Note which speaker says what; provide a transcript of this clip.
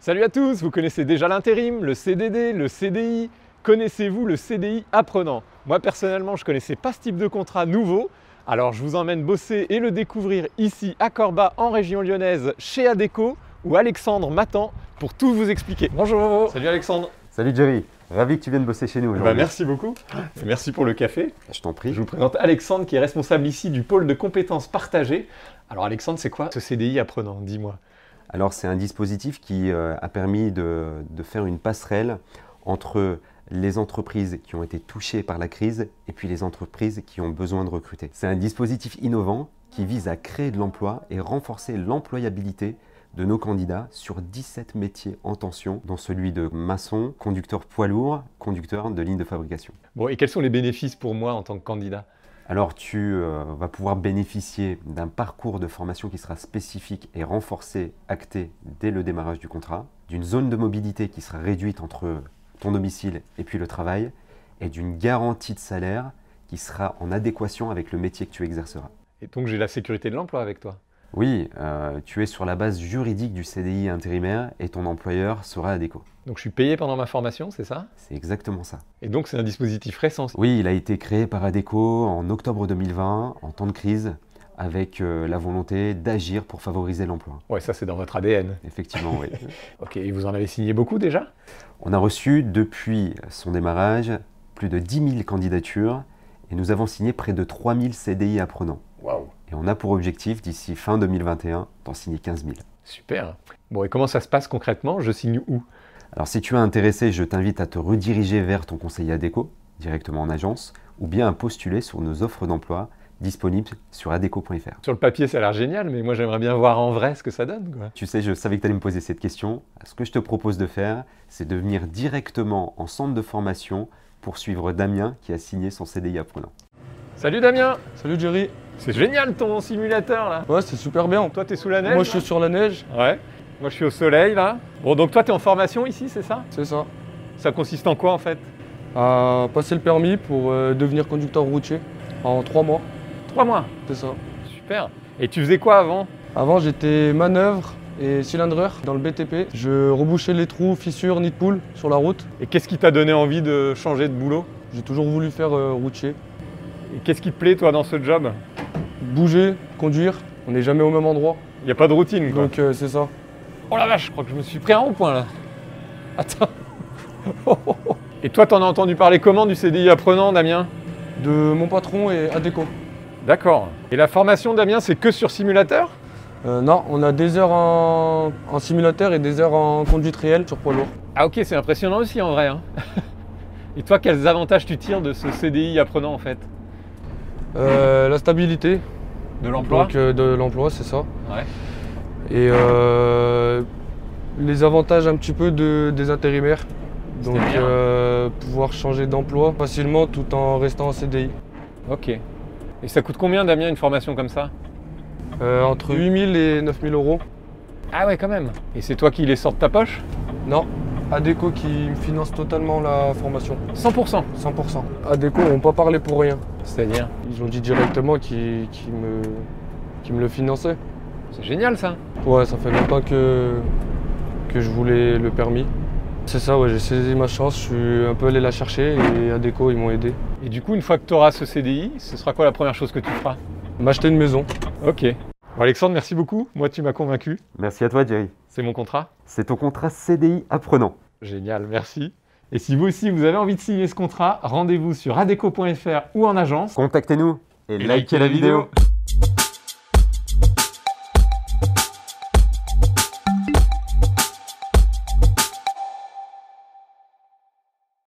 Speaker 1: Salut à tous, vous connaissez déjà l'intérim, le CDD, le CDI. Connaissez-vous le CDI apprenant Moi personnellement, je ne connaissais pas ce type de contrat nouveau. Alors je vous emmène bosser et le découvrir ici à Corba en région lyonnaise chez Adeco où Alexandre m'attend pour tout vous expliquer. Bonjour Salut Alexandre
Speaker 2: Salut Jerry, ravi que tu viennes bosser chez nous aujourd'hui.
Speaker 1: Bah, Merci beaucoup. Merci pour le café.
Speaker 2: Je t'en prie.
Speaker 1: Je vous présente Alexandre qui est responsable ici du pôle de compétences partagées. Alors Alexandre, c'est quoi ce CDI apprenant Dis-moi.
Speaker 2: Alors c'est un dispositif qui euh, a permis de, de faire une passerelle entre les entreprises qui ont été touchées par la crise et puis les entreprises qui ont besoin de recruter. C'est un dispositif innovant qui vise à créer de l'emploi et renforcer l'employabilité de nos candidats sur 17 métiers en tension, dont celui de maçon, conducteur poids lourd, conducteur de ligne de fabrication.
Speaker 1: Bon, et quels sont les bénéfices pour moi en tant que candidat
Speaker 2: Alors tu euh, vas pouvoir bénéficier d'un parcours de formation qui sera spécifique et renforcé, acté dès le démarrage du contrat, d'une zone de mobilité qui sera réduite entre ton domicile et puis le travail, et d'une garantie de salaire qui sera en adéquation avec le métier que tu exerceras.
Speaker 1: Et donc j'ai la sécurité de l'emploi avec toi.
Speaker 2: Oui, euh, tu es sur la base juridique du CDI intérimaire et ton employeur sera adéquat.
Speaker 1: Donc je suis payé pendant ma formation, c'est ça
Speaker 2: C'est exactement ça.
Speaker 1: Et donc c'est un dispositif récent.
Speaker 2: Oui, il a été créé par ADECO en octobre 2020, en temps de crise, avec euh, la volonté d'agir pour favoriser l'emploi.
Speaker 1: Ouais, ça c'est dans votre ADN.
Speaker 2: Effectivement, oui.
Speaker 1: Ok, et vous en avez signé beaucoup déjà
Speaker 2: On a reçu, depuis son démarrage, plus de 10 000 candidatures et nous avons signé près de 3 000 CDI apprenants.
Speaker 1: Waouh
Speaker 2: Et on a pour objectif, d'ici fin 2021, d'en signer 15 000.
Speaker 1: Super Bon, et comment ça se passe concrètement Je signe où
Speaker 2: Alors si tu es intéressé, je t'invite à te rediriger vers ton conseiller ADECO, directement en agence, ou bien à postuler sur nos offres d'emploi disponibles sur adeco.fr.
Speaker 1: Sur le papier, ça a l'air génial, mais moi j'aimerais bien voir en vrai ce que ça donne, quoi.
Speaker 2: Tu sais, je savais que tu allais me poser cette question. Ce que je te propose de faire, c'est de venir directement en centre de formation pour suivre Damien qui a signé son CDI apprenant.
Speaker 1: Salut Damien
Speaker 3: Salut Jerry.
Speaker 1: C'est génial ton simulateur là
Speaker 3: Ouais, c'est super bien.
Speaker 1: Toi, t'es sous la neige
Speaker 3: Moi, je suis
Speaker 1: là
Speaker 3: sur la neige.
Speaker 1: Ouais. Moi, je suis au soleil là. Bon, donc toi, t'es en formation ici, c'est ça
Speaker 3: C'est ça.
Speaker 1: Ça consiste en quoi en fait
Speaker 3: À passer le permis pour euh, devenir conducteur routier en trois mois.
Speaker 1: Trois mois
Speaker 3: C'est ça.
Speaker 1: Super Et tu faisais quoi avant
Speaker 3: Avant, j'étais manœuvre et cylindreur dans le BTP. Je rebouchais les trous, fissures, nids de poules sur la route.
Speaker 1: Et qu'est-ce qui t'a donné envie de changer de boulot
Speaker 3: J'ai toujours voulu faire euh, routier.
Speaker 1: Et qu'est-ce qui te plaît toi dans ce job
Speaker 3: Bouger, conduire, on n'est jamais au même endroit.
Speaker 1: Il n'y a pas de routine quoi.
Speaker 3: Donc, euh, c'est ça.
Speaker 1: Oh la vache, je crois que je me suis pris un rond-point là. Attends. Et toi, t'en as entendu parler comment du CDI apprenant, Damien
Speaker 3: De mon patron et Adeco.
Speaker 1: D'accord. Et la formation, Damien, c'est que sur simulateur
Speaker 3: Euh, non, on a des heures en, en simulateur et des heures en conduite réelle sur poids lourd.
Speaker 1: Ah ok, c'est impressionnant aussi en vrai. hein. Et toi, quels avantages tu tires de ce CDI apprenant en fait
Speaker 3: Euh, la stabilité,
Speaker 1: De
Speaker 3: donc euh, de l'emploi, c'est ça.
Speaker 1: Ouais.
Speaker 3: Et euh, les avantages un petit peu de, des intérimaires. Donc
Speaker 1: C'est-à-dire
Speaker 3: euh, pouvoir changer d'emploi facilement tout en restant en CDI.
Speaker 1: Ok. Et ça coûte combien, Damien, une formation comme ça
Speaker 3: Euh, entre 8000 et 9000 euros.
Speaker 1: Ah ouais, quand même. Et c'est toi qui les sors de ta poche
Speaker 3: Non, ADECO qui me finance totalement la formation,
Speaker 1: 100%.
Speaker 3: 100%. ADECO n'ont pas parlé pour rien.
Speaker 1: C'est-à-dire
Speaker 3: Ils ont dit directement qu'ils qu'ils me, qu'ils me le finançaient.
Speaker 1: C'est génial ça.
Speaker 3: Ouais, ça fait longtemps que, que je voulais le permis. C'est ça, ouais, j'ai saisi ma chance, je suis un peu allé la chercher et ADECO, ils m'ont aidé.
Speaker 1: Et du coup, une fois que tu auras ce CDI, ce sera quoi la première chose que tu feras
Speaker 3: M'acheter une maison.
Speaker 1: Ok. Bon, Alexandre, merci beaucoup. Moi, tu m'as convaincu.
Speaker 2: Merci à toi, Jerry.
Speaker 1: C'est mon contrat.
Speaker 2: C'est ton contrat CDI apprenant.
Speaker 1: Génial, merci. Et si vous aussi, vous avez envie de signer ce contrat, rendez-vous sur adeco.fr ou en agence.
Speaker 2: Contactez-nous et, likez, la vidéo.